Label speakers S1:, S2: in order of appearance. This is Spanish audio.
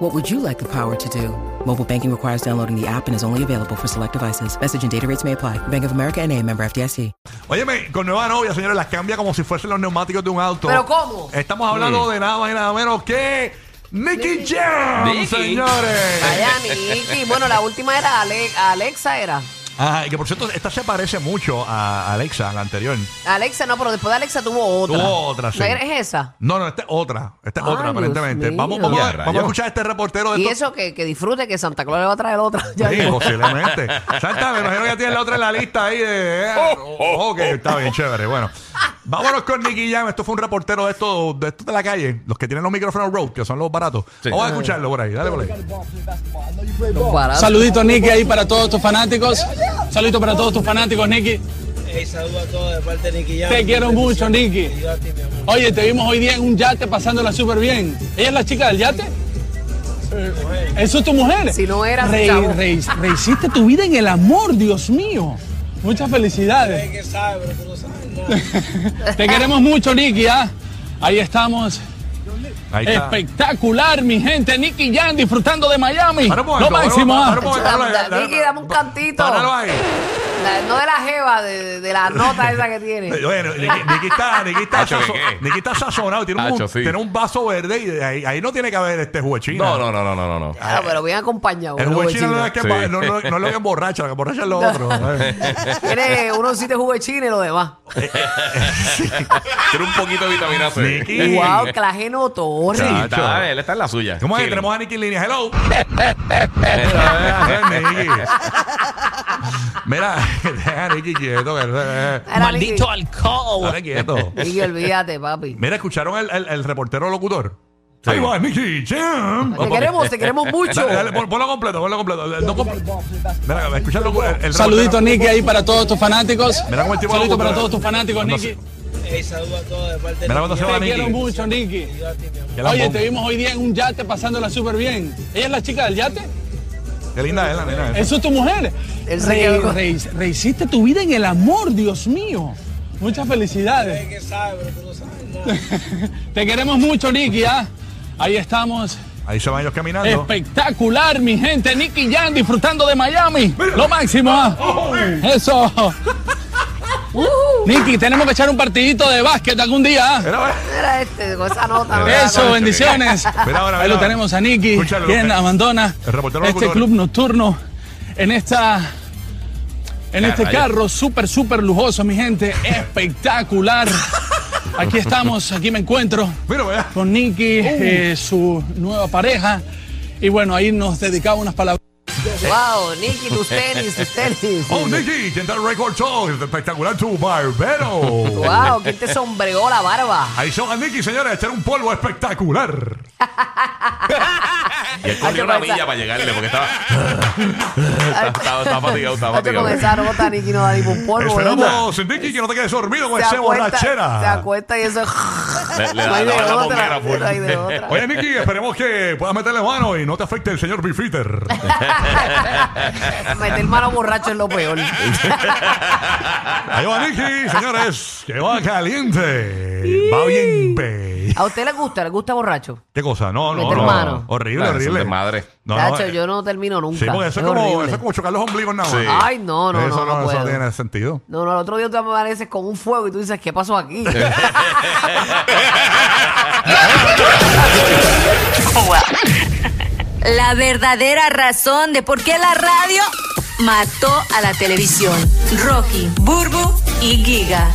S1: What would you like the power to do? Mobile banking requires downloading the app and is only available for select devices. Message and data rates may apply. Bank of America and a member FDIC.
S2: Óyeme, con nueva novia, señores, las cambia como si fuesen los neumáticos de un auto.
S3: ¿Pero cómo?
S2: Estamos hablando
S4: Mm.
S2: de nada más y nada menos que Nicky Jam,
S4: Nicky.
S2: señores.
S3: Vaya, Nicky. Bueno, la última era Ale- Alexa, era.
S2: Ajá, y que por cierto, esta se parece mucho a Alexa, la anterior.
S3: Alexa, no, pero después de Alexa tuvo otra.
S2: Tuvo otra, sí.
S3: ¿No eres esa?
S2: No, no, esta es otra. Esta es
S3: Ay,
S2: otra,
S3: Dios
S2: aparentemente.
S3: mío.
S2: Vamos, vamos, a,
S4: Ya,
S2: vamos a
S4: rayos.
S2: escuchar a este reportero de
S3: Y
S2: esto.
S3: eso, que, que disfrute, que Santa Claus le va a traer otra. Ya
S2: Sí,
S3: llegó.
S2: posiblemente. Santa, me imagino que ya tienes la otra en la lista ahí de. eh,
S4: Oh,
S2: ok, está bien, chévere. Bueno, vámonos con Nicky Jam. Esto fue un reportero de estos de, estos de la calle, los que tienen los micrófonos Road, que son los baratos.
S4: Sí.
S2: Vamos a escucharlo por ahí, dale por ahí.
S3: Barato.
S5: Saludito, Nicky, ahí para todos tus fanáticos. Saludito para todos tus fanáticos, Nicky.
S6: Hey, saludos a todos de parte de Nicky Jam.
S5: Te quiero mucho, Nicky.
S6: Yo a ti, mi amor.
S5: Oye, te vimos hoy día en un yate pasándola súper bien. ¿Ella es la chica del yate? Eh, ¿Eso es tu mujer?
S3: Si no era,
S5: Re-
S3: chavo.
S5: re- Rehiciste tu vida en el amor, Dios mío. Muchas felicidades.
S6: Sé que sabe, pero tú no sabes nada.
S5: Te queremos mucho, Nicky, ¿ah? Ahí estamos.
S2: Ahí está.
S5: Espectacular, mi gente. Nicky Jan disfrutando de Miami.
S2: Para un momento,
S5: Lo máximo,
S2: para un-
S5: ¿ah?
S2: para un momento,
S3: Dame-
S2: dale, dale,
S3: Nicky, dame un cantito.
S2: Páralo ahí.
S3: La- no de la jeva, de, de la nota esa que tiene.
S2: Bueno, Eh, Nicky, Nicky está, Nicky está,
S4: Hacho, ¿qué,
S2: sazo-
S4: qué?
S2: Nicky está sazonado, tiene un,
S4: Hacho, sí.
S2: tiene un vaso verde y ahí, ahí no tiene que haber este jugo de China.
S4: No, no, no, no, no, no, no.
S3: Claro, Ah, pero bien acompañado.
S2: El jugo de China no es, que
S4: Sí.
S2: emba- no- no- no es lo que emborracha, lo que emborracha es lo otro.
S3: Tiene unos sitios de jugo de china y lo demás.
S4: Quiero un poquito de vitamina C.
S2: Nicky.
S3: Wow, Clageno Torres.
S4: Está, está, él está en la suya.
S2: ¿Cómo es?
S4: Chilling.
S2: Tenemos a Nicky en línea. Hello. Nicky. Mira, deja a Nicky quieto. que- Deja
S3: Era Nicky.
S5: alcohol.
S2: quieto.
S3: Nicky, olvídate, papi.
S2: Mira, ¿escucharon el, el- el reportero locutor? Ahí va, Nicky Jam.
S3: Te queremos, te queremos mucho.
S2: Dale, dale, pon- ponlo completo, ponlo completo. No compl- Mira, escucha el locu- el- el
S5: Saludito,
S2: reportero.
S5: Nicky, ahí para todos tus fanáticos.
S2: Mira cómo el tipo
S5: Saludito
S2: locutor.
S5: para todos tus fanáticos,
S2: No
S5: Nicky.
S2: sé.
S6: Hey, saludos a todos de parte de
S2: Mira cuando
S6: Nicky Jam.
S2: se va
S5: Te
S2: Nicky.
S5: quiero mucho, Nicky.
S6: Yo a ti, mi amor.
S2: Qué
S5: Oye,
S2: lambón.
S5: te vimos hoy día en un yate pasándola súper bien. ¿Ella es la chica del yate?
S2: Qué linda es la nena. esa.
S5: ¿Eso es tu mujer?
S3: Él se quedó con-
S5: re- rehiciste tu vida en el amor, Dios mío. Muchas felicidades.
S6: Sé que sabe, pero tú no sabes nada.
S5: Te queremos mucho, Nicky, ¿ah? Ahí estamos.
S2: Ahí se van ellos caminando.
S5: Espectacular, mi gente. Nicky Jan disfrutando de Miami. Lo máximo, ¿ah?
S2: Oh,
S5: Eso. Nicky, tenemos que echar un partidito de básquet algún día, ¿ah?
S2: Mira,
S3: Era este, con esa nota.
S4: Eso,
S3: ¿verdad?
S5: Eso, bendiciones.
S2: Mira ahora, mira
S5: Ahí lo
S2: ahora.
S5: tenemos a Nicky,
S2: Escúchalo,
S5: quien
S2: eh.
S5: abandona
S2: El reportero
S5: este
S2: locutor.
S5: club nocturno en esta. En este
S4: Caray.
S5: carro súper, súper lujoso, mi gente. Espectacular. Aquí estamos, aquí me encuentro
S2: mira, mira.
S5: con Nicky, eh, su nueva pareja. Y bueno, ahí nos dedicaba unas palabras.
S3: Wow, Nicky, tus tenis, tus tenis.
S2: Oh, Nicky, Dental Record Show, espectacular tu barbero.
S3: Wow, ¿quién te sombreó la barba?
S2: Ahí son a Nicky, señores, a echar un polvo espectacular.
S4: Y él
S3: Hacho,
S4: corrió una
S3: con esa-
S4: milla para llegarle porque estaba. estaba, estaba- estaba fatigado, estaba
S3: Hacho,
S4: fatigado.
S3: con esa nota, Nicky no da ni un polvo. ¿verdad?
S2: Esperamos, Nicky, que no te quedes dormido con esa
S3: se
S2: borrachera.
S3: acuesta y eso.
S4: Le, le
S3: No
S4: da
S3: hay
S4: la
S3: de
S4: bala
S3: otra,
S4: bombera full.
S3: no hay de otra.
S2: Oye, Nicky, esperemos que puedas meterle mano y no te afecte el señor Bifitter.
S3: Meter mano borracho es lo peor.
S2: Ahí va Nicky, señores, que va caliente. Va bien, pe.
S3: ¿A usted le gusta? ¿Le gusta borracho?
S2: ¿Qué cosa? No, no,
S3: Meter
S2: no.
S3: mano.
S2: Horrible,
S4: Claro,
S2: horrible.
S4: son de madre.
S2: No, no,
S3: Tacho,
S2: eh,
S3: yo no termino nunca.
S2: Sí, porque eso es, como,
S3: horrible.
S2: eso es como chocar los ombligos nada más.
S4: Sí.
S3: Ay, no, no,
S2: eso
S3: no, no,
S2: eso
S3: puedo.
S2: tiene sentido.
S3: No, no, el otro día tú apareces con un fuego y tú dices, ¿qué pasó aquí?
S7: La verdadera razón de por qué la radio mató a la televisión. Rocky, Burbu y Giga.